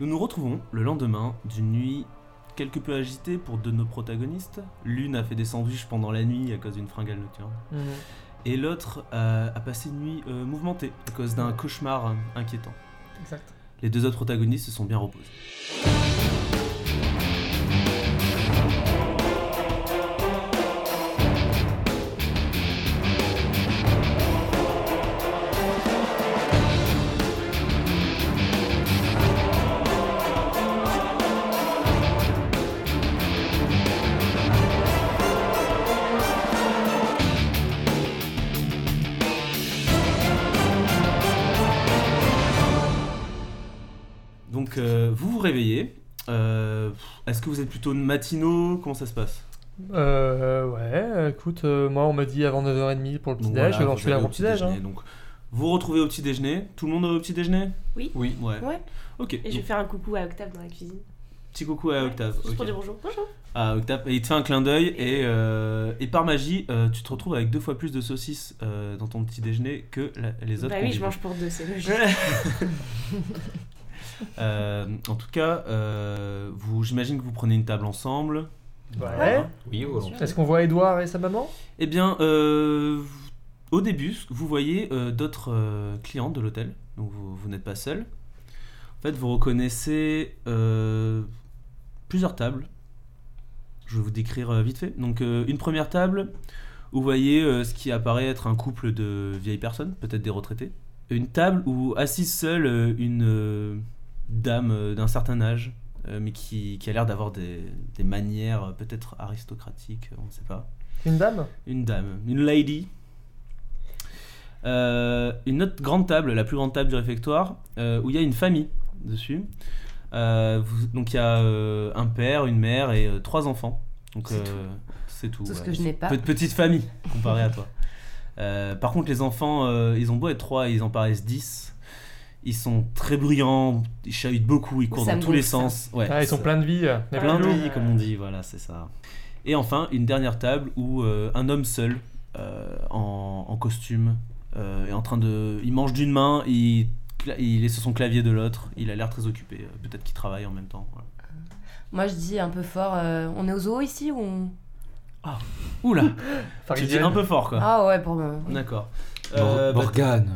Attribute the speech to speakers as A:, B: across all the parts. A: Nous nous retrouvons le lendemain d'une nuit quelque peu agitée pour deux de nos protagonistes. L'une a fait des sandwichs pendant la nuit à cause d'une fringale nocturne. Et l'autre euh, a passé une nuit euh, mouvementée à cause d'un cauchemar euh, inquiétant.
B: Exact.
A: Les deux autres protagonistes se sont bien reposés. Donc euh, vous vous réveillez. Euh, pff, Est-ce que vous êtes plutôt matinaux Comment ça se passe
B: Euh, ouais, écoute, euh, moi on me dit avant 9h30 pour le
A: Donc
B: petit-déj,
A: voilà,
B: alors
A: vous
B: je suis là
A: allez
B: pour
A: au
B: le petit-déj.
A: petit-déjeuner.
B: hein.
A: Donc vous vous retrouvez au petit déjeuner. Tout le monde au petit déjeuner
C: Oui.
A: Oui. Ouais.
C: Ouais.
A: Ok.
C: Et je vais
A: Donc,
C: faire un coucou à Octave dans la cuisine.
A: Petit coucou à Octave.
C: Juste pour
A: ok.
C: dire bonjour. Bonjour.
A: Ah, Octave, et il te fait un clin d'œil et, euh, et par magie, euh, tu te retrouves avec deux fois plus de saucisses euh, dans ton petit déjeuner que la- les autres.
C: Bah oui, je
A: convives.
C: mange pour deux, c'est logique.
A: Euh, en tout cas, euh, vous, j'imagine que vous prenez une table ensemble.
B: Ouais.
D: Oui, volontiers.
B: Est-ce qu'on voit Edouard et sa maman
A: Eh bien, euh, au début, vous voyez euh, d'autres euh, clients de l'hôtel, donc vous, vous n'êtes pas seul. En fait, vous reconnaissez euh, plusieurs tables. Je vais vous décrire euh, vite fait. Donc, euh, une première table, où vous voyez euh, ce qui apparaît être un couple de vieilles personnes, peut-être des retraités. Une table où assise seule euh, une euh, dame euh, d'un certain âge, euh, mais qui, qui a l'air d'avoir des, des manières euh, peut-être aristocratiques, euh, on ne sait pas.
B: Une dame
A: Une dame, une lady. Euh, une autre grande table, la plus grande table du réfectoire, euh, où il y a une famille dessus. Euh, vous- donc il y a euh, un père, une mère et euh, trois enfants. Donc
E: C'est
A: euh, c'est tout.
E: Tout ce
A: ouais.
E: que je n'ai pas.
A: Pe- petite famille comparée à toi. Euh, par contre, les enfants, euh, ils ont beau être trois, ils en paraissent 10. Ils sont très bruyants, ils chahutent beaucoup, ils courent
E: Ça
A: dans
E: me
A: tous les
E: gonfle, ça.
A: sens. Ouais,
B: Ah, Ils sont
A: ça-
B: pleins de vie. euh, les
A: plein de
B: plots.
A: vie, comme on dit, voilà, c'est ça. Et enfin, une dernière table où euh, un homme seul, euh, en, en costume, euh, est en train de. Il mange d'une main, il, cla- il est sur son clavier de l'autre, il a l'air très occupé, euh, peut-être qu'il travaille en même temps. voilà.
E: Moi, je dis un peu fort, euh, on est au zoo ici ou on...
A: Oula Tu dis
B: Parisienne.
A: un peu fort, quoi.
E: Ah ouais, pour moi.
A: D'accord.
D: Mor-
A: Euh, bah,
D: Morgane.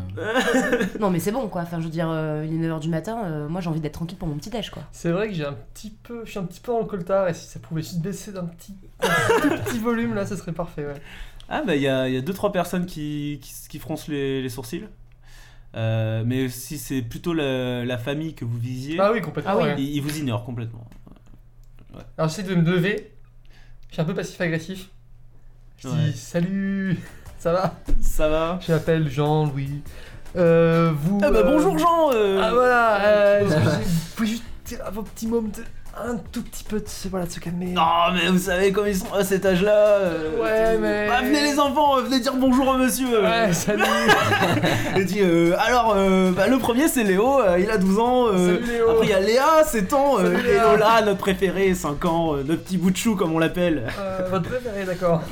E: Non, mais c'est bon, quoi. Enfin, je veux dire, euh, il est 9h du matin, euh, moi, j'ai envie d'être tranquille pour mon petit-déj, quoi.
B: C'est vrai que j'ai un petit peu, je suis un petit peu dans le coltard et si ça pouvait juste baisser d'un petit, un tout petit volume là, ça serait parfait. Ouais.
A: Ah bah il y a, il y a deux trois personnes qui, qui, qui froncent les, les sourcils. Euh, mais si c'est plutôt la, la famille que vous visiez,
B: Ah oui, complètement.
E: Ah oui.
B: ouais.
A: ils, ils vous ignorent complètement.
B: Alors j'essaie de me lever. Je suis un peu passif-agressif. Je
A: Ouais.
B: dis salut, ça va
A: Ça va
B: Je m'appelle Jean Louis. Euh, vous.
A: Ah bah
B: euh,
A: bonjour Jean euh,
B: Ah voilà. Euh, est-ce que vous pouvez juste dire à vos petits mômes de un tout petit peu de se voilà de se calmer.
A: Non, mais vous savez, comme ils sont à cet âge-là. euh,
B: Ouais,
A: euh,
B: mais-
A: bah, venez les enfants, euh, venez dire bonjour au monsieur. euh.
B: Ouais, salut,
A: Et dit, euh, alors, euh, bah, le premier, c'est Léo, euh, il a 12 ans. euh,
B: salut Léo.
A: Après, il y a Léa, 7 ans. euh,
B: Salut,
A: et
B: Léa.
A: Lola, notre préféré, 5 ans. euh, notre petit bout de chou, comme on l'appelle.
B: Euh, votre préféré, d'accord.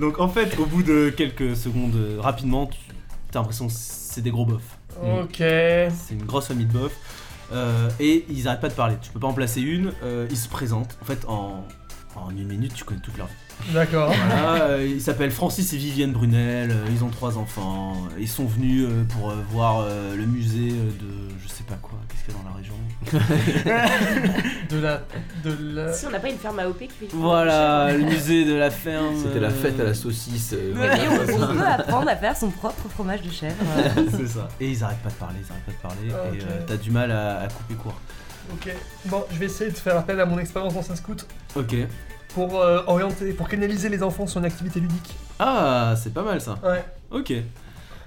A: Donc, en fait, au bout de quelques secondes, euh, rapidement, tu as l'impression que c'est des gros bofs.
B: Ok.
A: C'est une grosse famille de bofs. Euh, et ils arrêtent pas de parler. Tu peux pas en placer une. euh, ils se présentent. En fait, en, en une minute, tu connais toute leur vie.
B: D'accord.
A: Voilà, euh, ils s'appellent Francis et Vivienne Brunel, euh, ils ont trois enfants, euh, ils sont venus euh, pour euh, voir euh, le musée euh, de je sais pas quoi, qu'est-ce qu'il y a dans la région.
B: De la. De la.
C: Si on n'a pas une ferme AOP qui fait du
A: Voilà, le musée de la ferme.
D: C'était la fête à la
A: euh,
D: saucisse. euh,
E: Et puis, on, on peut apprendre à faire son propre fromage de chèvre. euh.
A: C'est ça. Et ils arrêtent pas de parler, ils arrêtent pas de parler,
B: Ah,
A: et
B: ok.
A: euh, t'as du mal à, à couper court.
B: Ok. Bon, je vais essayer de faire appel à mon expérience dans un scout
A: Ok.
B: pour euh, orienter, pour canaliser les enfants sur une activité ludique.
A: Ah, c'est pas mal ça.
B: Ouais.
A: Ok.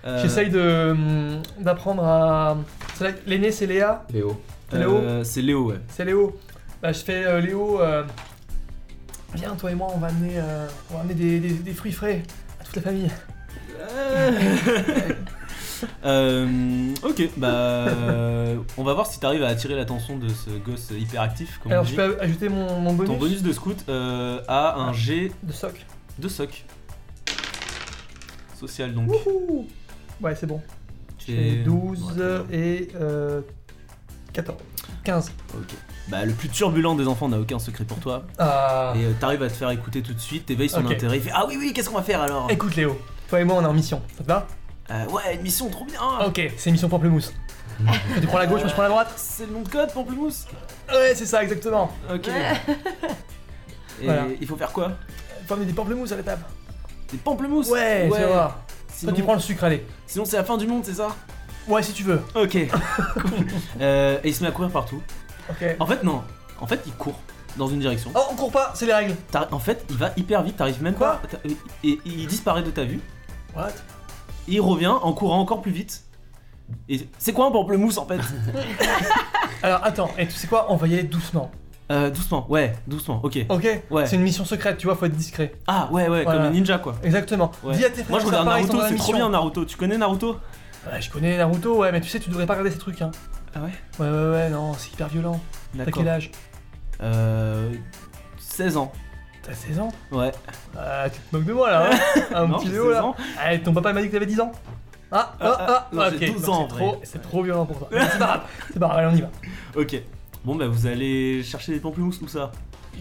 A: Euh,
B: J'essaye de hum, d'apprendre à. c'est vrai que L'aîné c'est Léa,
D: Léo.
B: Léo.
A: euh, C'est Léo, ouais.
B: c'est Léo. Bah, je fais euh, Léo. euh, Viens, toi et moi, on va amener, euh, on va amener des, des- des fruits frais à toute la famille.
A: Euh, ok, bah euh, on va voir si t'arrives à attirer l'attention de ce gosse hyperactif. Comme on
B: Alors
A: dit.
B: je peux ajouter mon, mon bonus,
A: Ton bonus de scout euh, a un G
B: de soc.
A: de soc. Social donc.
B: Wouhou Ouais, c'est bon. J'ai
A: Et-
B: 12
A: Ouais,
B: et euh, 14. 15.
A: Ok. Bah, le plus turbulent des enfants n'a aucun secret pour toi.
B: Ah.
A: Et euh, t'arrives à te faire écouter tout de suite, t'éveilles son
B: Ok.
A: intérêt. Il fait Ah oui, oui, qu'est-ce qu'on va faire alors
B: Écoute Léo, toi et moi on est en mission, ça te va
A: Euh, Ouais, une mission trop bien
B: Ok, c'est mission pamplemousse. tu prends la gauche, moi je prends la droite
A: C'est le nom de code, Pamplemousse
B: Ouais, c'est ça, exactement.
A: Ok.
E: Ouais.
A: Et
B: Voilà.
A: il faut faire quoi
B: Faut amener des pamplemousses à la table.
A: Des pamplemousses
B: Ouais, tu vas voir. Toi
A: Sinon,
B: tu prends le sucre, allez.
A: sinon, c'est la fin du monde, c'est ça
B: Ouais, si tu veux.
A: Ok. Cool. Euh, et il se met à courir partout.
B: Ok.
A: En fait, non. En fait, il court dans une direction.
B: Oh, on court pas, c'est les règles.
A: T'arri- En fait, il va hyper vite, t'arrives même
B: Quoi
A: pas. t'as- Et, et il disparaît de ta vue.
B: What
A: Et il revient en courant encore plus vite. Et c'est quoi un pamplemousse en fait
B: Alors attends, et tu sais quoi On va y aller doucement.
A: euh, Doucement, ouais, doucement, ok.
B: Ok
A: Ouais.
B: Oh. C'est une mission secrète, tu vois, faut être discret.
A: Ah ouais, ouais,
B: Voilà.
A: comme un ninja quoi.
B: Exactement.
A: Ouais.
B: Dis à tes frères
A: Moi je
B: que
A: regarde
B: ça pareil, ils sont
A: Naruto,
B: dans la
A: c'est trop bien
B: mission.
A: Naruto. Tu connais Naruto
B: Ouais, je connais Naruto, ouais, mais tu sais, tu devrais pas regarder ces trucs, hein.
A: Ah ouais
B: Ouais, ouais, ouais, non, c'est hyper violent. T'as
A: D'accord.
B: quel âge
A: Euh. 16 ans.
B: T'as 16 ans
A: Ouais.
B: Ah, tu te moques de moi là, hein Un
A: non,
B: petit
A: j'ai
B: Léo
A: 16
B: là.
A: ans.
B: Allez, ton papa m'a dit que t'avais 10 ans Ah, ah, ah,
A: ah, non,
B: ok,
A: j'ai 12 ans, en
B: c'est trop,
A: vrai.
B: c'est trop violent pour toi. Mais c'est pas grave, c'est pas grave, allez, on y va.
A: Ok. Bon bah vous allez chercher des pamplemousses tout ça.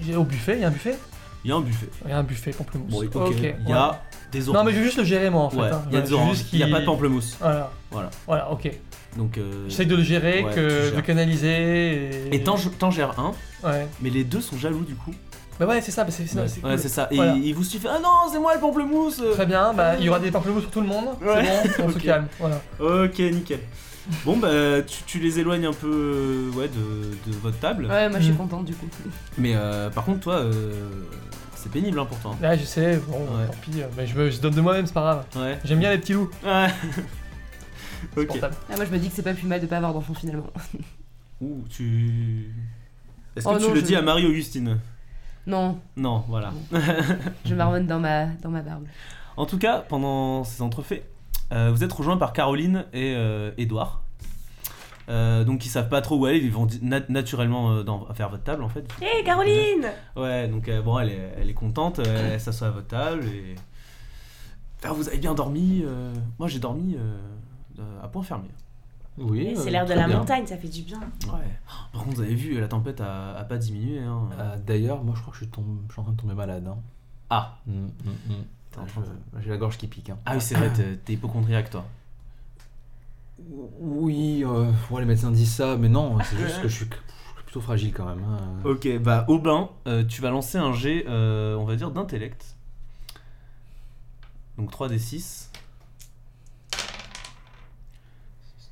B: J'ai- Au buffet, il y a un buffet
A: Il y a un buffet.
B: Il y a un buffet pamplemousse.
A: Bon, ok. Il y
B: ouais.
A: a des oranges.
B: Non, mais je vais juste le gérer moi en fait.
A: Ouais,
B: hein.
A: il y a
B: Ouais,
A: des
B: je veux
A: oranges.
B: juste
A: Il y a
B: qu'il-
A: pas de pamplemousse.
B: Voilà.
A: Voilà.
B: Voilà, ok.
A: Donc. Euh...
B: J'essaye de le gérer,
A: Ouais, tu
B: que,
A: gères.
B: de canaliser. Et,
A: Et t'en t'en gères un,
B: Ouais.
A: mais les deux sont jaloux du coup.
B: Bah ouais, c'est ça, bah c'est c'est-
A: ouais,
B: c'est
A: ouais,
B: cool.
A: c'est ça. Et
B: Voilà.
A: ils vous suivent. Ah non, c'est moi le pamplemousse euh.
B: Très bien, bah il y aura des pamplemousses pour tout le monde.
A: Ouais.
B: C'est bon, on
A: Ok.
B: se calme. Voilà.
A: Ok, nickel. Bon bah tu, tu les éloignes un peu euh, ouais, de, de votre table.
E: Ouais, moi je suis
B: Mm.
E: contente du coup.
A: Mais euh, par contre, toi, euh, c'est pénible hein, pour toi.
B: Là, je sais, bon,
A: Ouais.
B: tant pis, euh, mais je, me, je donne de moi-même, c'est pas grave.
A: hein. Ouais.
B: J'aime bien les petits loups.
A: Ouais.
B: c'est
A: ok.
B: portable.
E: Ah, moi je me dis que c'est pas plus mal de pas avoir d'enfant finalement.
A: Ouh, tu. Est-ce que
E: Oh
A: tu
E: non,
A: le
E: je-
A: dis à Marie-Augustine
E: Non,
A: Non, voilà.
E: je marmonne dans ma, dans ma barbe.
A: En tout cas, pendant ces entrefaits, euh, vous êtes rejoints par Caroline et euh, Edouard. Euh, donc ils savent pas trop où aller, ils vont di- nat- naturellement euh, dans- vers votre table en fait.
C: Hé, Eh, Caroline
A: Ouais, donc euh, bon, elle est, elle est contente, euh, elle s'assoit à votre table et. Ah, vous avez bien dormi euh, Moi j'ai dormi euh, euh, à point fermé.
C: Mais
A: Oui,
C: Eh,
A: euh,
C: C'est l'air de la montagne, ça fait du euh, bien.
A: Ouais. Par contre, vous avez vu, la tempête a, a pas diminué. Hein.
D: Euh, D'ailleurs, moi je crois que je suis, tom- je suis en train de tomber malade. hein.
A: Ah,
D: Mm, mm, mm. T'es en train de- J'ai la gorge qui pique. hein.
A: ah oui, c'est vrai, t'es t'es hypochondriaque toi.
D: Oui, euh, ouais, les médecins disent ça, mais non, c'est juste que je suis je suis plutôt fragile quand même. hein.
A: Ok, bah Aubin, euh, tu vas lancer un jet, euh, on va dire, d'intellect. Donc 3d6.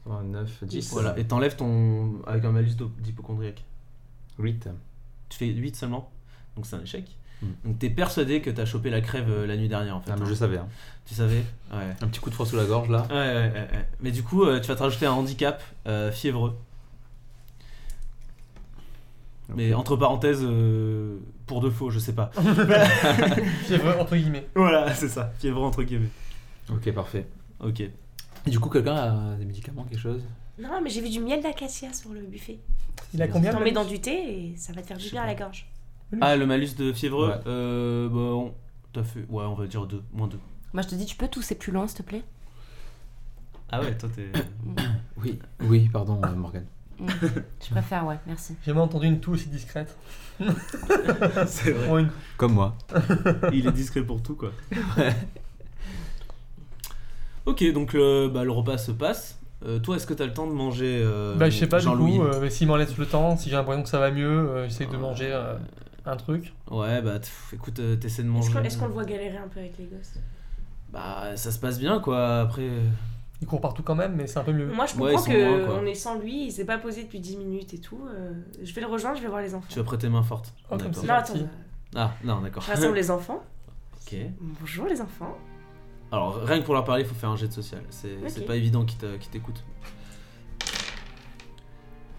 D: 9, 10,
A: Voilà, et t'enlèves ton. avec un malus d'hypo- d'hypochondriaque.
D: 8.
A: Tu fais 8 seulement, donc c'est un échec.
D: Hmm.
A: Donc t'es persuadé que t'as chopé la crève euh, la nuit dernière en fait.
D: Ah, mais
A: hein.
D: je savais. hein.
A: Tu savais Ouais.
D: Un petit coup de froid sous la gorge là.
A: Ouais, ouais, ouais, ouais. Mais du coup, euh, tu vas te rajouter un handicap euh, fiévreux. Mais entre parenthèses, euh, pour de faux, je sais pas.
B: C'est vrai, entre guillemets.
A: voilà, c'est ça, fiévreux entre guillemets.
D: Ok, parfait.
A: Ok.
D: Et du coup, quelqu'un a des médicaments, quelque chose
C: Non, mais j'ai vu du miel d'acacia sur le buffet.
B: Il a combien
C: T'en
B: le
C: mets
B: mec
C: dans du thé et ça va te faire
D: Je
C: du
D: sais
C: bien à
D: pas.
C: la gorge.
A: Ah, le malus de fiévreux
D: Ouais.
A: euh, Bah, on... t'as fait. Ouais, on va dire 2, moins 2.
E: Moi je te dis, tu peux tousser plus loin s'il te plaît
A: Ah ouais, toi t'es.
D: Oui, oui, pardon, euh, Morgane.
E: Mm. Je préfère, ouais, merci.
B: J'ai jamais entendu une toux aussi discrète. Ah,
A: c'est vrai.
B: Bon, une-
D: Comme moi.
A: Il est discret pour tout, quoi. ok, donc le, bah, le repas se passe. Euh, toi, est-ce que t'as le temps de manger euh,
B: Bah, je sais pas du
A: Jean-Louis Ah.
B: coup, euh, mais s'il m'en laisse le temps, si j'ai l'impression que ça va mieux, euh, j'essaie de
A: Ouais.
B: manger euh, un truc.
A: Ouais, bah pff, écoute, euh, t'essaies de
C: Est-ce
A: manger.
C: qu'on est-ce qu'on le voit galérer un peu avec les gosses
A: Bah, ça se passe bien, quoi. Après. euh,
B: Il court partout quand même, mais c'est un peu mieux.
C: Moi, je
A: Ouais,
C: comprends
A: ils sont loin, quoi.
C: qu'on est sans lui, il s'est pas posé depuis 10 minutes et tout. euh, je vais le rejoindre, je vais voir les enfants.
A: Tu vas prêter main forte.
B: Oh, comme
A: D'accord.
B: ça.
C: Non, attends,
B: Gentil.
C: euh,
A: Ah, non, d'accord.
C: je rassemble les enfants.
A: ok.
C: Bonjour les enfants.
A: Alors, rien que pour leur parler, il faut faire un jet de social. C'est
C: Ok.
A: c'est pas évident qu'ils te- qu'ils t'écoutent.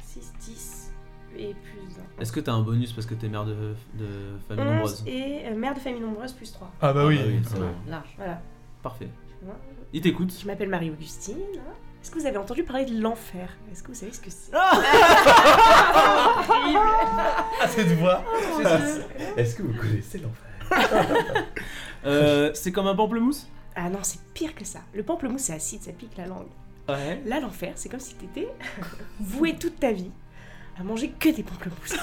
C: 6, 10 et plus
A: Est-ce que t'as un bonus parce que t'es mère de, de famille
C: 1.
A: nombreuse
C: 11 et euh, mère de famille nombreuse plus 3.
B: Ah bah
A: Ah
B: oui.
A: bah oui, c'est
D: Ouais.
A: vrai.
E: Large.
C: Voilà.
A: Parfait.
C: Ouais.
A: Ils t'écoutent.
C: Je m'appelle Marie-Augustine. Est-ce que vous avez entendu parler de l'enfer Est-ce que vous savez ce que c'est
B: Ah, cette voix
C: Oh,
D: Est-ce que vous connaissez l'enfer
A: Euh, c'est comme un pamplemousse
C: Ah non, c'est pire que ça. Le pamplemousse, c'est acide, ça pique la langue.
A: Ouais.
C: Là, l'enfer, c'est comme si t'étais voué toute ta vie à manger que des pamplemousses.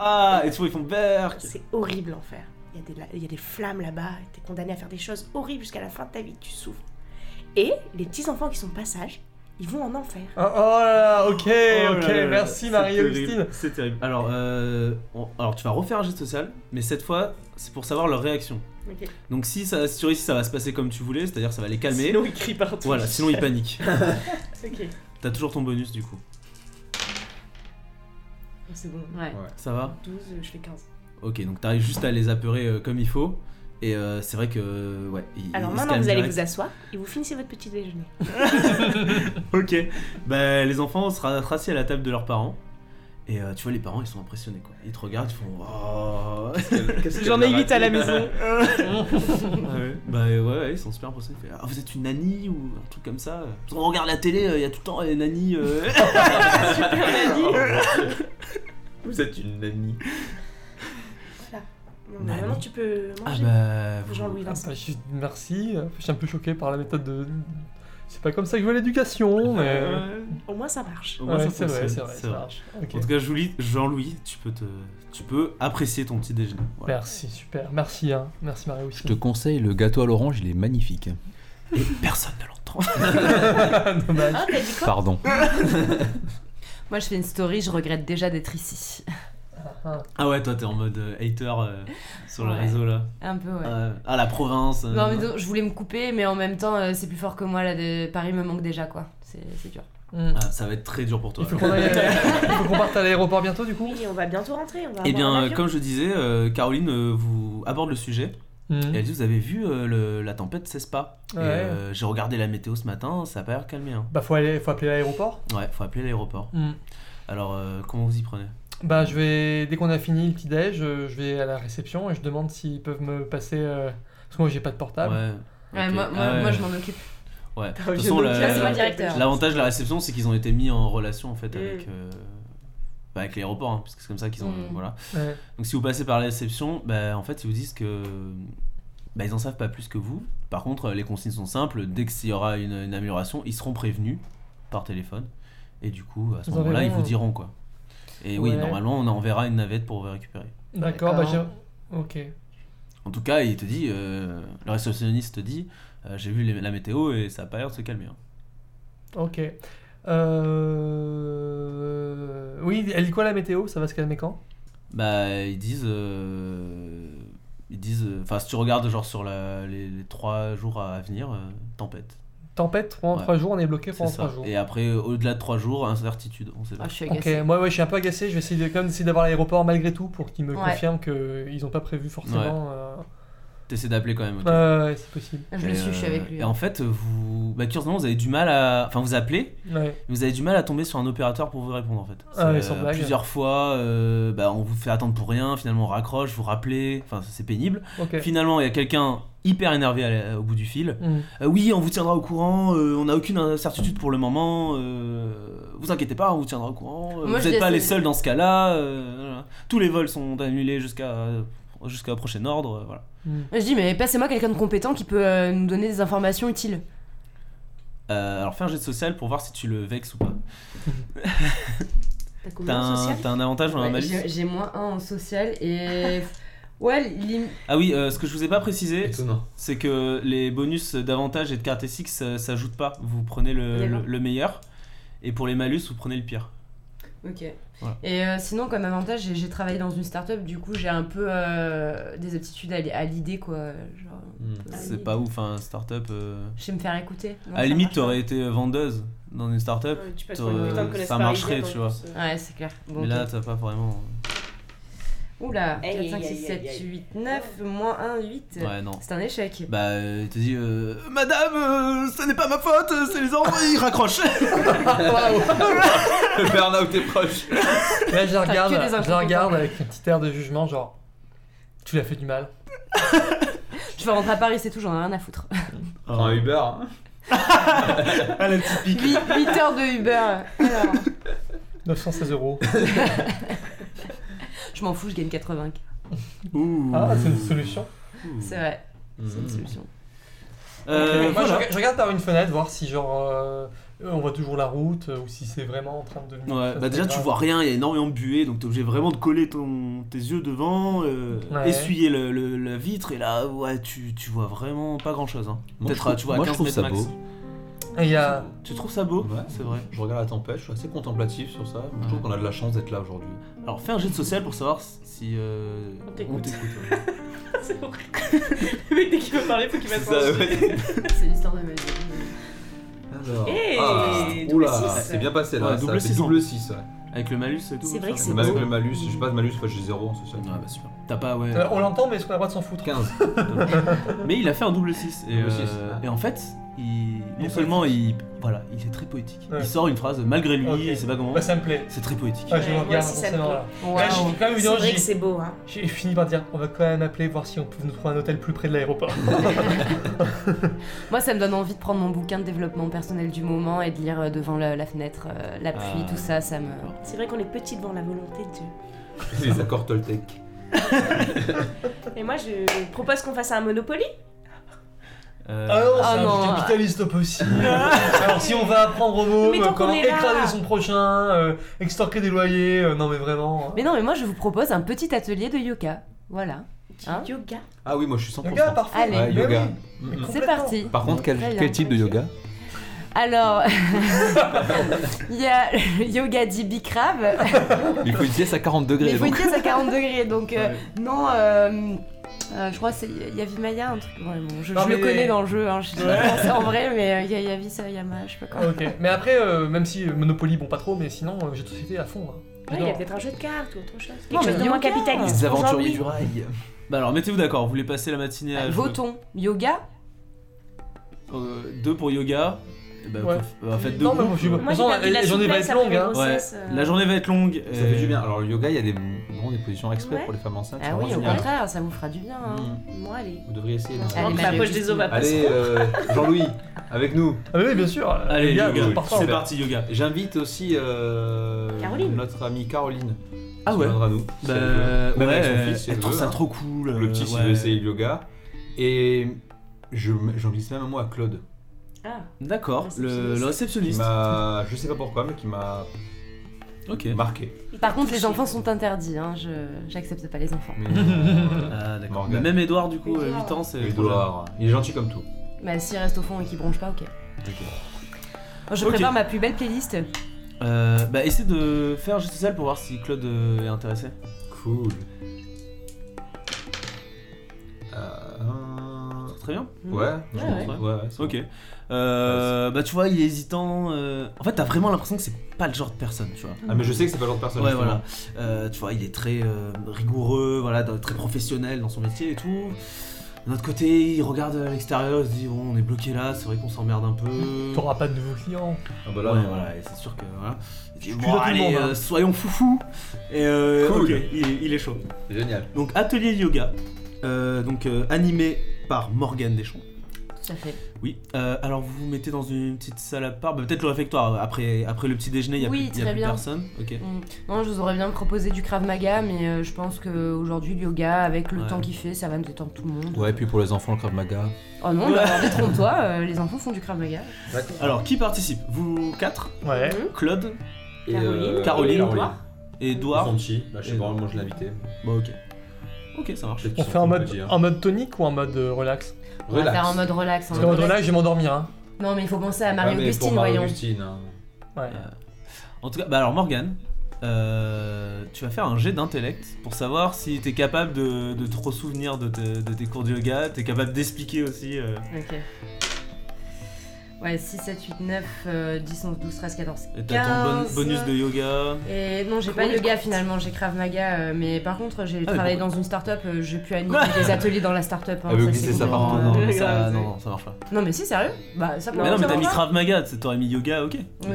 A: Ah, et souvent ils font Berk
C: C'est horrible l'enfer. Il y, a des la- il y a des flammes là-bas, t'es condamné à faire des choses horribles jusqu'à la fin de ta vie, tu souffres. Et les petits-enfants qui sont pas sages, ils vont en enfer.
B: Oh, oh là là, ok,
A: Oh
B: ok,
A: là là là,
B: merci
A: c'est
B: Marie-Augustine.
A: terrible, C'est terrible. Alors, euh, on- alors, tu vas refaire un geste social, mais cette fois, c'est pour savoir leur réaction. Donc, si, ça, si tu réussis, ça va se passer comme tu voulais, c'est-à-dire ça va les calmer.
C: Sinon, ils crient partout.
A: Voilà, sinon ils paniquent.
C: Ok.
A: T'as toujours ton bonus du coup.
C: C'est bon.
E: Ouais.
A: Ça va
C: 12, euh, je fais 15.
A: Ok, donc t'arrives juste à les apeurer euh, comme il faut. Et euh, c'est vrai que. euh, Ouais. ils-
C: Alors
A: ils se
C: maintenant,
A: calment
C: vous allez
A: direct.
C: vous asseoir et vous finissez votre petit déjeuner.
A: Ok. Bah, les enfants se ra- assis à la table de leurs parents. Et euh, tu vois, les parents ils sont impressionnés quoi. Ils te regardent, ils font. Oh.
C: J'en ai 8 à la maison.
A: Ah ouais. Bah ouais, ouais, ils sont super impressionnés. Ils font, Ah, vous êtes une nanny ou un truc comme ça Parce qu'on regarde la télé, euh, il y a tout le temps les nannies. euh. Oh
D: Vous êtes une nanny.
C: Bah, Non, mais Maintenant, tu peux
A: ah
C: manger.
A: bah. vous-
C: Jean-Louis
B: Ah,
C: Vincent.
B: bah, je- merci, je suis un peu choqué par la méthode de. C'est pas comme ça que je vois l'éducation, mais.
A: Ouais.
C: Au moins, ça marche.
A: Au moins,
B: Ouais,
A: ça
B: c'est vrai,
A: fonctionne,
B: c'est vrai,
A: c'est
B: ça
A: vrai.
B: marche. Ok.
A: En tout cas, Julie- Jean-Louis, tu peux te, tu peux apprécier ton petit déjeuner. Voilà.
B: Merci, super, merci, hein. merci Marie
D: Je
B: aussi.
D: te conseille le gâteau à l'orange, il est magnifique.
A: Et personne ne l'entend.
B: Dommage.
C: Ah, t'as dit quoi
D: Pardon.
E: Moi, je fais une story, je regrette déjà d'être ici.
A: Ah ouais, toi t'es en mode euh, hater euh, sur le
E: Ouais.
A: réseau là.
E: Un peu, ouais.
A: Ah, ah, la province. euh.
E: Non, mais donc, je voulais me couper, mais en même temps, euh, c'est plus fort que moi. Là, de- Paris me manque déjà, quoi. C'est c'est dur.
B: Hmm.
A: Ah, ça va être très dur pour toi.
B: Il faut qu'on aille- il faut qu'on parte à l'aéroport bientôt du coup
C: Oui, on va bientôt rentrer. On va
A: Eh
C: avoir un
A: bien, euh,
C: avion.
A: comme je disais, euh, Caroline euh, vous aborde le sujet
B: Hmm.
E: Mm.
A: et elle dit Vous avez vu euh, le- la tempête Cespa Et,
B: Ouais.
A: euh, J'ai regardé la météo ce matin, ça a pas l'air calmé. Hein.
B: Bah faut, aller, faut appeler l'aéroport.
A: Ouais, faut appeler l'aéroport.
B: Hmm.
A: Alors, euh, comment vous y prenez
B: Bah je vais, dès qu'on a fini le petit déj, euh, je vais à la réception et je demande s'ils peuvent me passer... euh, Parce que moi j'ai pas de portable.
A: Ouais.
E: Ouais,
A: ok.
E: moi, moi,
A: Ah ouais.
E: moi, je m'en occupe.
A: Ouais. De toute
B: T'as
C: Oh,
B: oublié
A: façon,
B: de
A: la-
B: le
E: dire, c'est moi le directeur.
A: l'avantage de la réception, c'est qu'ils ont été mis en relation en fait
C: Mm.
A: avec, euh, bah, avec l'aéroport, hein, parce que c'est comme ça qu'ils ont.
E: Mm.
A: Voilà.
B: Ouais.
A: Donc si vous passez par la réception, bah, en fait ils vous disent que bah, ils en savent pas plus que vous. Par contre, les consignes sont simples. Dès qu'il y aura une, une amélioration, ils seront prévenus par téléphone. Et du coup, à ce
B: Ils
A: moment-là, ils
B: enverront,
A: vous
B: euh,
A: diront quoi. Et oui,
B: Ouais.
A: normalement, on enverra une navette pour vous récupérer.
B: D'accord, bah j'ai...
E: D'accord.
B: Ok.
A: En tout cas, il te dit, euh, le réceptionniste te dit, euh, j'ai vu les- la météo et ça a pas l'air de se calmer. hein.
B: Ok. Euh... Oui, elle dit quoi la météo Ça va se calmer quand
A: Bah, ils disent, euh, ils disent, euh, enfin, si tu regardes genre sur la- les, les trois jours à venir, euh, tempête.
B: Tempête pendant
A: Ouais.
B: 3 jours, on est bloqué
A: C'est
B: pendant 3
A: ça.
B: jours.
A: Et après, euh, au-delà de 3 jours, incertitude, on sait pas.
E: Ah, je suis
B: Ok,
E: agacée.
B: moi ouais, je suis un peu agacé, je vais essayer de, quand même essayer d'avoir l'aéroport malgré tout pour qu'ils me
E: Ouais.
B: confirment qu'ils n'ont pas prévu forcément. euh,
A: T'essaies d'appeler quand même. ok.
B: Ouais, ouais, c'est possible.
E: Je
A: Et,
E: le suis, je suis
A: euh,
E: avec lui. hein.
A: Et en fait, vous, bah, curieusement, vous avez du mal à, enfin, vous appelez,
B: Ouais.
A: mais vous avez du mal à tomber sur un opérateur pour vous répondre en fait.
B: Ah ouais,
A: C'est,
B: sans
A: euh,
B: blague.
A: plusieurs fois, euh, bah, on vous fait attendre pour rien. Finalement, on raccroche, vous rappelez. Enfin, c'est pénible.
B: Ok.
A: Finalement, il y a quelqu'un hyper énervé à la- au bout du fil.
B: Hmm.
A: Euh, oui, on vous tiendra au courant. euh, on n'a aucune incertitude pour le moment. euh, vous inquiétez pas, on vous tiendra au courant. euh,
E: Moi, je
A: vous n'êtes pas
E: laisse-
A: les seuls dans ce cas-là. euh, voilà. Tous les vols sont annulés jusqu'à jusqu'à prochain ordre. euh, Voilà.
B: Hmm.
E: Je dis, mais passez-moi quelqu'un de compétent qui peut euh, nous donner des informations utiles.
A: Euh, alors fais un jet de social pour voir si tu le vexes ou pas.
C: T'as
A: T'as
C: combien de
A: un,
C: social
A: t'as un avantage ou un
E: Ouais,
A: malus
E: j'ai j'ai moins 1 en social et. ouais, lim-
A: Ah oui, euh, ce que je vous ai pas précisé,
D: Étonnant.
A: c'est que les bonus d'avantage et de caractéristiques ça- s'ajoutent pas. Vous prenez le,
C: D'accord.
A: le- le meilleur. Et pour les malus, vous prenez le pire.
E: Ok.
A: Voilà.
E: Et euh, sinon, comme avantage, j'ai- j'ai travaillé dans une start-up, du coup, j'ai un peu euh, des aptitudes à, li- à l'idée, quoi. Genre, Ah
A: C'est
E: oui.
A: pas ouf, hein, start-up. euh,
E: je sais me faire écouter. Non,
A: À
E: ça
A: la limite,
E: marche pas.
A: t'aurais été vendeuse dans une start-up.
C: Ouais, tu passes
A: euh,
C: pour une putain de connaisse
A: ça marcherait, tu
C: parisienne, en
A: vois.
C: plus, euh.
E: Ouais, c'est clair. Bon,
A: Mais
E: ok.
A: là, t'as pas vraiment. hein.
E: Oula,
C: Aïe,
E: 4, 5,
C: aïe,
E: 6,
C: aïe,
E: 7,
C: aïe, aïe.
E: 8, 9, moins 1, 8.
A: Ouais, non.
E: C'est un échec.
A: Bah, euh, il te dit euh, Madame, euh, ce n'est pas ma faute, euh, c'est les enfants, ils raccrochent.
D: Le burn-out est proche.
B: Là, je la
E: T'as
B: regarde,
E: que des
B: je
E: infos
B: la regarde avec un petit air de jugement, genre. Tu l'as fait du mal.
E: Je vais rentrer à Paris, c'est tout, j'en ai rien à foutre.
D: Prends un Uber. hein.
A: Ah, la petite pique.
E: 8, heures de Uber. Alors,
B: 916 euros.
E: je m'en fous, je gagne 80.
A: Ouh.
B: Ah, c'est une solution.
A: Ouh.
E: C'est vrai, c'est une
D: Mhm.
E: solution.
A: Euh,
B: Moi, je
A: voilà.
B: rega- je, regarde par une fenêtre, voir si genre euh, euh, on voit toujours la route euh, ou si c'est vraiment en train de devenir.
A: Ouais,
B: ça,
A: bah
B: c'est
A: déjà
B: grave.
A: tu vois rien, il y a énormément de buée, donc t'es obligé vraiment de coller ton, tes yeux devant, euh,
B: Ouais.
A: essuyer le- le- la vitre, et là, ouais, tu, tu vois vraiment pas grand chose.
D: Moi,
A: Peut-être
D: je
A: à- tu vois à
D: trouve- moi, je
A: 15
D: trouve
A: mètres
D: ça
A: max.
D: beau.
B: Et il y a.
A: Tu trouves ça beau
D: Ouais.
A: C'est vrai.
D: Je regarde la tempête, je suis assez contemplatif sur ça. Je trouve
A: Ouais.
D: qu'on a de la chance d'être là aujourd'hui.
A: Alors fais un jet de social pour savoir si euh,
C: On t'écoute.
A: ouais.
C: C'est horrible. Le mec, dès qu'il veut parler, faut qu'il fasse
D: C'est ça,
C: un
D: ouais.
E: C'est l'histoire de ma vie.
D: Alors, ah,
C: Hey, double
D: oula,
C: six.
D: c'est bien passé là.
A: Ouais,
D: ça
A: double
D: fait
A: six,
D: double 6. Ouais.
A: Avec le malus et tout.
C: C'est vrai que
A: ça
C: c'est
D: Même avec
C: beau.
D: le malus, j'ai pas de malus, enfin, j'ai 0 en social.
A: Ah bah super. T'as pas, ouais.
B: Euh, on l'entend, mais est-ce qu'on a le droit de s'en foutre
D: 15.
A: Mais il a fait un double 6. Et,
D: Double
A: euh,
D: six, ouais.
A: et en fait, il, non
B: est
A: seulement il, voilà, il est très poétique.
B: Ouais.
A: Il sort une phrase malgré lui,
B: Ok.
A: il sait pas comment.
B: Bah, ça me plaît.
A: C'est très poétique.
B: Ouais, je
C: Ouais,
B: le
C: moi
B: regarde
C: aussi, ça me
B: forcément,
C: plaît.
B: là. Là, j'ai
E: Waouh.
B: quand même une
C: C'est vrai
B: envie.
C: que c'est beau, hein.
B: J'ai fini par dire, on va quand même appeler voir si on peut nous trouver un hôtel plus près de l'aéroport.
E: Moi, ça me donne envie de prendre mon bouquin de développement personnel du moment et de lire euh, devant la, la fenêtre, euh, la pluie,
A: Ah.
E: tout ça, ça me.
C: C'est vrai qu'on est petit devant la volonté de Dieu.
D: Les accords Toltec.
C: Et moi, je propose qu'on fasse un Monopoly.
A: Euh,
B: Ah non, c'est
E: Ah
B: un
E: non,
B: petit
E: ah.
B: capitaliste possible.
A: Ah.
B: Alors si on va apprendre au môme
C: Mais tant qu'on
B: comment
C: est là.
B: écraser son prochain, euh, extorquer des loyers, euh, non mais vraiment.
E: Mais non, mais moi, je vous propose un petit atelier de yoga. Voilà. Hein
C: Yoga.
D: Ah oui, moi je suis 100%.
B: Yoga, parfait.
E: Allez.
D: Ouais,
B: Mais
D: yoga.
B: oui.
D: Mm, mm.
E: C'est
B: Complètement.
E: parti.
D: Par contre,
E: Très
D: quel,
E: bien.
D: quel type de yoga
E: Alors, il y a le yoga d'Ibicrave.
D: Il faut une pièce à 40
E: Mais
D: degrés.
E: il faut une
D: donc.
E: pièce à 40 degrés, donc euh, non. euh, euh, je crois que c'est Yavimaya, un truc. Ouais, bon, je
B: Non,
E: je
B: mais-
E: le connais dans le jeu, hein, je sais pas comment c'est en vrai, mais euh, Yavi, ça, Yama, je sais pas quoi.
B: Ah, Ok, mais après, euh, même si euh, Monopoly, bon pas trop, mais sinon, euh, j'ai tout cité à fond. hein.
C: Ouais, il y a
B: J'adore.
C: peut-être un jeu de cartes ou autre chose. Quelque
E: Non, mais
C: chose de moins
E: yoga.
C: capitaliste.
D: Les
C: Bonjour,
D: aventuriers
C: oui.
D: du rail.
A: Bah alors mettez-vous d'accord, vous voulez passer la matinée à jouer.
E: Ah, Votons. Yoga
A: Euh, deux pour yoga. Eh ben,
B: Ouais.
A: faut- euh, en fait, deux
B: Non, mais
A: groupes.
B: je-
A: Euh,
B: Moi,
C: Moi, j'ai
B: Attends,
C: perdu de la
B: la journée va
C: souplesse
B: être longue,
C: après
B: hein.
C: la grossesse, euh.
A: La journée va être longue.
D: Ça
A: euh,
D: fait du bien. Alors, le yoga, il y a des grandes positions exprès pour les femmes enceintes. c'est
E: Ah oui,
D: vraiment
E: au
D: génial.
E: contraire, ça vous fera du bien. hein.
D: Mm.
C: Moi, allez.
D: Vous devriez essayer.
C: Je rentre
E: Allez,
C: la
E: Marie,
C: poche des os va
E: Justine.
C: passer.
D: Allez, euh, Jean-Louis, avec nous.
B: Ah mais oui, bien sûr. euh,
A: Allez,
B: yoga,
A: yoga.
B: c'est parfait.
A: c'est parti, yoga.
D: J'invite aussi euh,
C: Caroline.
D: notre amie Caroline.
A: Ah
D: qui
A: ouais.
D: viendra nous. si
A: Bah,
D: elle veut. Même avec son
A: ouais,
D: fils, si elle
A: elle trouve
D: veut,
A: ça
D: hein.
A: trop cool.
D: Le petit,
A: euh,
D: s'il
A: ouais.
D: veut essayer le yoga. Et je- j'en glisse même un mot à Claude.
C: Ah,
A: D'accord, le,
C: Réceptionniste.
A: le
D: Qui
A: réceptionniste.
D: m'a, je sais pas pourquoi, mais qui m'a
A: Ok.
D: marqué.
E: Par contre, les enfants sont interdits, hein, je- j'accepte pas les enfants.
D: Mais,
A: Ah, d'accord.
D: Morgane.
A: Même Edouard, du coup,
C: Édouard.
A: 8 ans, c'est.
D: Edouard, il est gentil comme tout.
E: Bah, s'ils restent au fond et qu'ils bronchent pas, ok. Je
A: Ok.
E: prépare ma plus belle playlist.
A: Euh, bah, essaie de faire un geste social pour voir si Claude euh, est intéressé.
D: Cool. Euh,
A: Très bien.
D: Ouais, je
E: ouais.
D: pense, ouais, ouais, c'est
A: Ok. Euh, bah, tu vois, il est hésitant. euh, En fait, t'as vraiment l'impression que c'est pas le genre de personne, tu vois.
D: bon. Ah, mais je sais que c'est pas le genre de personne.
A: Ouais,
D: justement.
A: voilà. Euh, tu vois, il est très euh, rigoureux, voilà, dans- très professionnel dans son métier et tout. D'un autre côté, il regarde à l'extérieur, il se dit bon, on est bloqué là, c'est vrai qu'on s'emmerde un peu.
B: Mmh. T'auras pas de nouveaux clients.
D: Ah, bah
A: Ouais,
D: là,
A: voilà, et c'est sûr que voilà. Il dit,
B: Je suis
A: bon,
B: là tout le
A: allez,
B: monde, hein.
A: euh, soyons foufou. Et euh,
D: Cool.
A: ok, il, est- il est chaud.
D: c'est génial.
A: Donc atelier yoga, euh, donc euh, animé par Morgane Deschamps.
E: Tout à fait.
A: Oui. euh, alors vous vous mettez dans une petite salle à part, bah, peut-être le réfectoire après après le petit déjeuner, il y a
E: Oui,
A: plus, il y a
E: très
A: plus
E: bien.
A: personne. Ok.
E: Mm. Non, je vous aurais bien proposé du Krav Maga, mais euh, je pense qu'aujourd'hui, le yoga, avec le
A: Ouais.
E: temps qu'il fait, ça va me détendre tout le monde.
D: Ouais, puis pour les enfants, le Krav Maga.
E: Oh non, bah, alors, détrompe-toi, euh, les enfants font du Krav Maga.
D: D'accord.
A: Alors qui participe Vous quatre,
B: Ouais.
C: Mhm.
A: Claude,
D: Et,
C: Caroline.
A: Caroline.
D: Caroline.
A: Edouard.
D: Son petit, bah, je sais pas, moi je l'ai invité.
A: Bah ok. Ok, ça marche.
D: Peut-être
B: On
D: qu'ils
B: fait
D: sont
B: un
D: trop
B: mode,
D: petits, hein.
B: un mode tonique ou un mode euh, relax
E: On va faire en
D: Relax.
E: mode relax. en
B: Parce
E: mode
B: qu'en mode
E: relax.
B: relax, je vais m'endormir. Hein.
E: Non, mais il faut penser à
D: Ouais, Ah, mais
E: Marie-Augustine,
D: pour Marie
E: voyons.
D: Augustine, hein.
B: Ouais.
A: En tout cas, bah alors Morgane, euh, tu vas faire un jet d'intellect pour savoir si t'es capable de, de trop souvenir de, te- de tes cours de yoga, t'es capable d'expliquer aussi. euh.
E: Ok. Ouais, 6, 7, 8, 9, 10, 11, 12, 13, 14.
A: Et t'as ton bon-
E: 15.
A: bonus de yoga.
E: Et non, j'ai
C: Comment
E: pas de
C: les
E: yoga
C: comptes
E: finalement, j'ai Krav Maga, euh, mais par contre, j'ai
A: Ah, mais
E: travaillé
A: pourquoi Ah,
E: dans une start-up, euh, j'ai pu animer des ateliers dans la start-up. hein,
D: Elle veut
E: ça,
D: glisser
E: c'est
D: ça
E: complètement,
D: partout,
E: euh,
A: non, ça,
C: grave,
A: non,
C: ouais.
A: non, ça marche pas.
E: Non, mais si, sérieux Bah, ça
A: mais non, mais
E: ça
A: t'as mis
E: marche.
A: Krav Maga, t'sais, t'aurais mis yoga, ok.
E: Ok.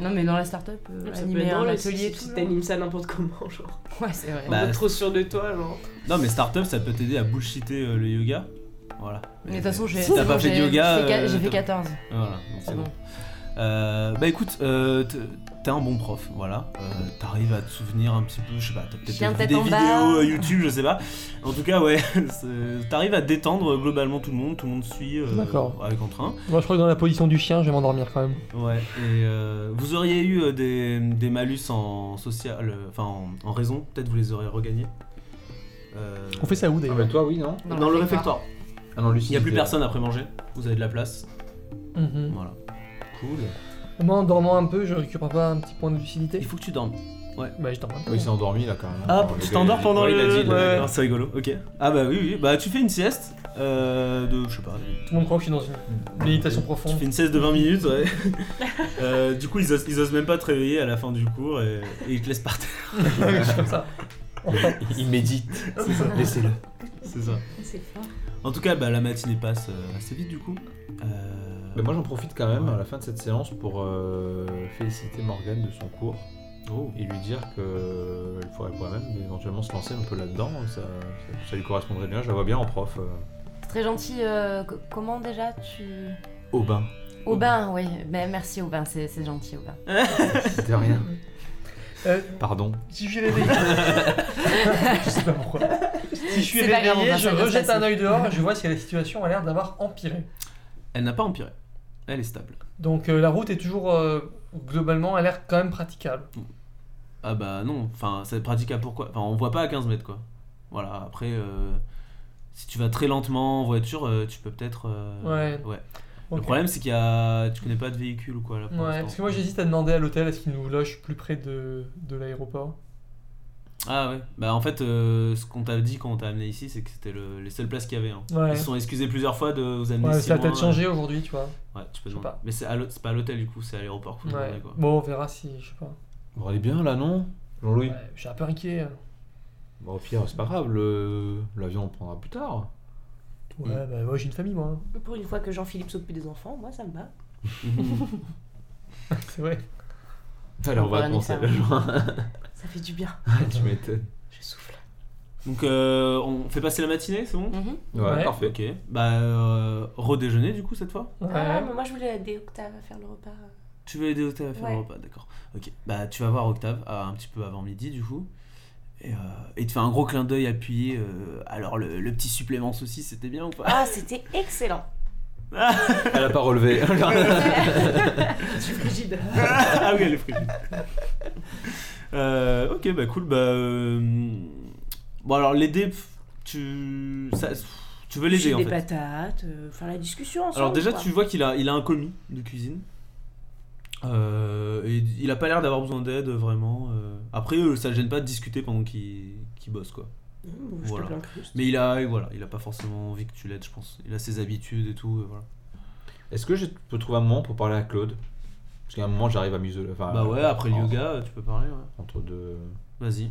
E: Non, mais dans la start-up, euh,
C: Ça peut
E: animer
C: être
E: un
C: drôle
E: atelier,
C: si-
E: tout.
C: si
E: ça.
C: t'animes ça n'importe comment, genre.
E: Ouais, c'est vrai.
A: Bah,
C: On est trop sûr de toi, genre.
A: Non, mais startup, ça peut t'aider à bullshiter euh, le yoga. Voilà.
E: mais de toute façon, j'ai
A: si t'as
E: c'est
A: pas
E: bon,
A: fait de
E: j'ai-
A: yoga,
E: j'ai fait-
A: euh,
E: J'ai fait
A: t'as-
E: 14.
A: Voilà, donc c'est
E: C'est
A: bon.
E: bon.
A: Euh, bah écoute, euh, t- t'es un bon prof, voilà. Euh, T'arrives à te souvenir un petit peu, je sais pas, t'as
E: Chien
A: peut-être des, des
E: tête en
A: vidéos
E: bas.
A: euh, YouTube, je sais pas. En tout cas, ouais, c'est- t'arrives à détendre globalement tout le monde, tout le monde suit euh,
B: D'accord.
A: avec entrain.
B: Moi, je crois que dans la position du chien, je vais m'endormir quand même.
A: Ouais, et euh, vous auriez eu euh, des, des malus en social, euh, enfin en, en raison, peut-être vous les aurez regagnés. Euh,
B: On fait ça où
D: Ah
B: d'ailleurs
D: bah toi oui non
A: Dans le réfectoire.
D: Ah non Lucie.
A: Il n'y a plus personne après manger, vous avez de la place. Ah
B: Mhm.
A: Voilà. Cool.
B: Moi, en dormant un peu, je récupère pas un petit point de
A: Il
B: lucidité
A: faut que tu dormes.
B: Bah, je dors un peu.
D: euh, Oui il s'est endormi là quand même.
A: Ah, tu t'endors pendant
D: ouais,
A: le.
D: Il a dit,
A: Ouais,
D: le-
A: ouais. C'est rigolo, ok. Ah bah oui, oui, bah tu fais une sieste euh, de. Je sais pas.
B: Tout le monde croit que je suis dans une
A: Mm.
B: méditation
A: Tu
B: profonde.
A: fais une sieste de 20 minutes, ouais. Euh, du coup, ils osent, ils osent même pas te réveiller à la fin du cours et, et ils te laissent par terre.
B: Je suis comme ça.
D: Il médite. hein. Laissez-le.
A: C'est ça.
E: C'est fort.
A: En tout cas, bah, la matinée passe euh, assez vite du coup. Euh,
D: Mais moi j'en profite quand même à la fin de cette séance pour euh, féliciter Morgane de son cours
A: Oh.
D: et lui dire que euh, elle pourrait quand même éventuellement se lancer un peu là-dedans. Ça, ça- ça lui correspondrait bien. Je la vois bien en prof. euh,
E: C'est Très gentil. euh, co- comment déjà tu.
D: au bain.
E: Aubin, oui. Mais merci Aubin, c'est c'est gentil Aubin.
D: De rien.
B: Euh,
D: Pardon.
B: Si je suis réveillé. je sais pas pourquoi. Si je suis
E: C'est pas grave, on
B: réveillé,
E: va
B: je
E: faire le
B: rejette
E: passé.
B: un œil dehors et je vois si la situation a l'air d'avoir empiré.
A: Elle n'a pas empiré. Elle est stable.
B: Donc euh, la route est toujours euh, globalement, elle a l'air quand même praticable.
A: Ah bah non, enfin, c'est pratique à pourquoi Enfin, on voit pas à 15 mètres quoi. Voilà, après, euh, si tu vas très lentement en voiture, euh, tu peux peut-être. euh,
B: Ouais.
A: Ouais.
B: Ok.
A: Le problème, c'est qu'il y a. Tu connais pas de véhicule ou quoi là pour
B: Ouais,
A: l'instant.
B: parce que moi j'hésite à demander à l'hôtel est-ce qu'il nous loge plus près de, de l'aéroport.
A: Ah ouais. Bah en fait, euh, ce qu'on t'a dit quand on t'a amené ici, c'est que c'était le- les seules places qu'il y avait. hein.
B: Ouais.
A: Ils se sont excusés plusieurs fois de vous amener
B: Ouais,
A: si
B: ça a
A: loin,
B: peut-être changé aujourd'hui, tu vois.
A: euh, Ouais, tu peux
B: Je sais
A: demander.
B: pas.
A: Mais c'est à l'hô- c'est pas à l'hôtel du coup, c'est à l'aéroport. que vous
B: Ouais.
A: demandez, quoi.
B: Bon, on verra si, je sais pas.
D: Bon, elle est bien là non Jean-Louis.
B: Ouais, je suis un peu inquiet. hein.
D: Bon, au pire c'est pas grave. le- L'avion on le prendra plus tard.
B: Ouais, bah moi j'ai une famille, moi.
C: Pour une fois que Jean-Philippe s'occupe des enfants, moi ça me va.
B: C'est vrai.
D: Alors on
E: On va
D: va
E: nous
D: penser à
E: faire
D: la joie.
C: Ça fait du bien.
D: Tu m'étonnes.
C: Je souffle.
A: Donc euh, on fait passer la matinée, c'est bon
E: Mhm.
D: Ouais,
B: Ouais.
D: parfait.
A: Ok. Bah euh, redéjeuner du coup cette fois.
B: Ouais.
C: Ah, mais moi je voulais aider Octave à faire le repas.
A: Tu veux aider Octave à faire
C: Ouais.
A: le repas, d'accord. Ok, bah tu vas voir Octave euh, un petit peu avant midi du coup. Et, euh, et il te fait un gros clin d'œil appuyé. euh, alors le, le petit supplément saucisse, c'était bien ou pas
C: Ah, c'était excellent.
D: Elle a pas relevé.
C: Je suis frigide.
A: Ah oui, elle est frigide. Euh, ok, bah cool. Bah, euh, Bon alors les dés, pff, tu, ça- pff, tu veux les dés
C: J'ai
A: en
C: des
A: fait.
C: patates, euh, faire la discussion ensemble.
A: Alors déjà
C: quoi.
A: tu vois qu'il a, il a un commis de cuisine. Euh, et il a pas l'air d'avoir besoin d'aide vraiment. euh. Après euh, ça le gêne pas de discuter pendant qu'il qu'il bosse quoi.
C: Mmh, je te
A: Voilà.
C: plains plus.
A: Mais il a, et voilà, il a pas forcément envie que tu l'aides, je pense. Il a ses habitudes et tout, et voilà.
D: Est-ce que je peux trouver un moment pour parler à Claude Parce qu'à un moment j'arrive à museler. Enfin,
A: bah ouais, après le
D: entre-
A: yoga, tu peux parler, ouais.
D: Entre deux.
A: Vas-y.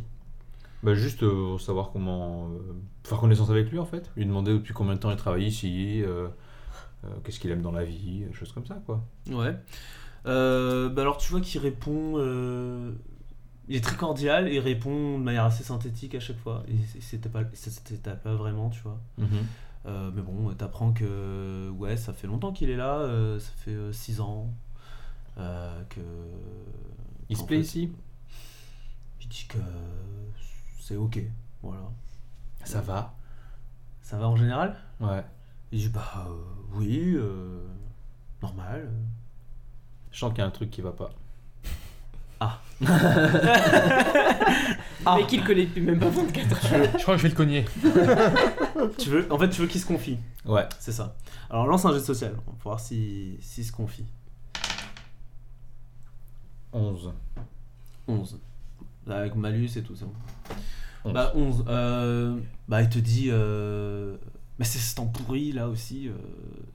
D: Bah juste euh, pour savoir comment euh, faire connaissance avec lui en fait, lui demander depuis combien de temps il travaille ici, euh, euh, qu'est-ce qu'il aime dans la vie, euh, choses comme ça quoi.
A: Ouais. Euh, bah alors tu vois qu'il répond... euh, Il est très cordial et il répond de manière assez synthétique à chaque fois. Et c'est- c'était pas, c'était pas vraiment, tu vois.
D: Mhm.
A: Euh, mais bon, euh, t'apprends que ouais, ça fait longtemps qu'il est là, euh, ça fait 6 ans euh, que.
D: Il se
A: qu'en
D: plaît
A: fait,
D: ici
A: Il dit que c'est ok, voilà.
D: Ça va.
A: Ça va en général
D: Ouais.
A: Il dit bah euh, oui, euh, normal.
D: Je sens qu'il y a un truc qui va pas.
A: Ah.
C: Mais qu'il connaît depuis même pas 24 heures.
B: Je crois que je vais le cogner.
A: Tu veux, en fait, tu veux qu'il se confie,
D: Ouais.
A: c'est ça. Alors lance un jet social, on va voir si s'il se confie.
D: 11.
A: 11. Avec malus et tout, c'est bon.
D: 11.
A: Bah 11. euh, bah il te dit, euh, mais c'est ce temps pourri là aussi. euh,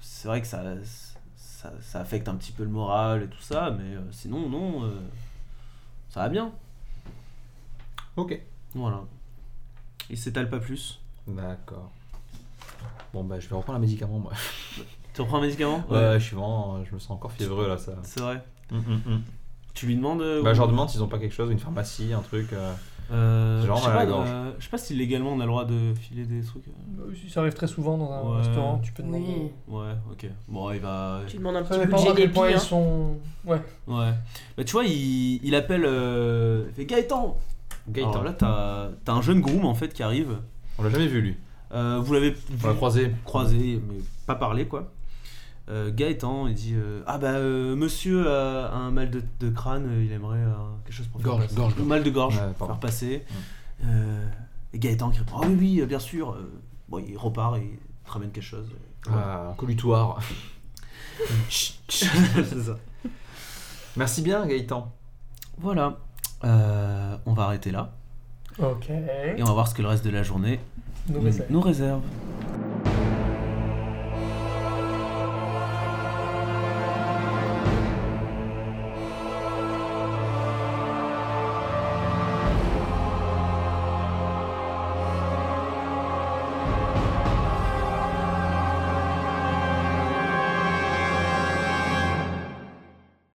A: c'est vrai que ça, ça, ça affecte un petit peu le moral et tout ça, mais euh, sinon non, euh, ça va bien.
D: Ok.
A: Voilà. Il s'étale pas plus.
D: D'accord. Bon bah je vais reprendre un médicament moi.
A: Tu reprends un médicament
D: Ouais, je suis vraiment, euh, je me sens encore fiévreux là ça.
A: C'est vrai.
D: Mm, mm, mm.
A: Tu lui demandes. euh,
D: Bah je
A: où-
D: leur demande s'ils ont pas quelque chose, une pharmacie, un truc. euh,
A: Euh,
D: Genre
A: je sais
D: à la
A: pas,
D: gorge.
A: euh, je sais pas si légalement on a le droit de filer des trucs. euh.
B: Euh, si ça arrive très souvent dans un
A: Ouais.
B: restaurant, tu peux demander.
A: Ouais, ok. Bon, il va.
C: Tu demandes un
B: Ça
C: petit
B: dépend à
C: budget
B: quel
C: débile.
B: point ils
C: hein.
B: sont. Ouais.
A: Ouais. Bah, tu vois, il, il appelle. euh, Il fait Gaëtan
D: Ah
A: Alors là, t'as t'as un jeune groom en fait qui arrive.
D: On l'a jamais vu lui.
A: Euh, vous l'avez
D: On l'a croisé.
A: croisé, mais pas parlé quoi. Euh, Gaëtan, il dit euh, Ah bah, euh, monsieur a un mal de, de crâne, euh, il aimerait euh, quelque chose pour faire
D: Gorge,
A: passer.
D: gorge, gorge.
A: Mal de gorge,
D: Ouais, pardon.
A: faire passer. Euh, et Gaëtan qui répond Ah oui, oui, euh, bien sûr. Euh, bon, il repart et il ramène quelque chose.
D: Ah, un colutoire.
A: Chut, chut. C'est ça.
D: Merci bien Gaëtan.
A: Voilà. Euh, on va arrêter là
B: Ok.
A: et on va voir ce que le reste de la journée
B: Nous, réserve.
A: nous réserve.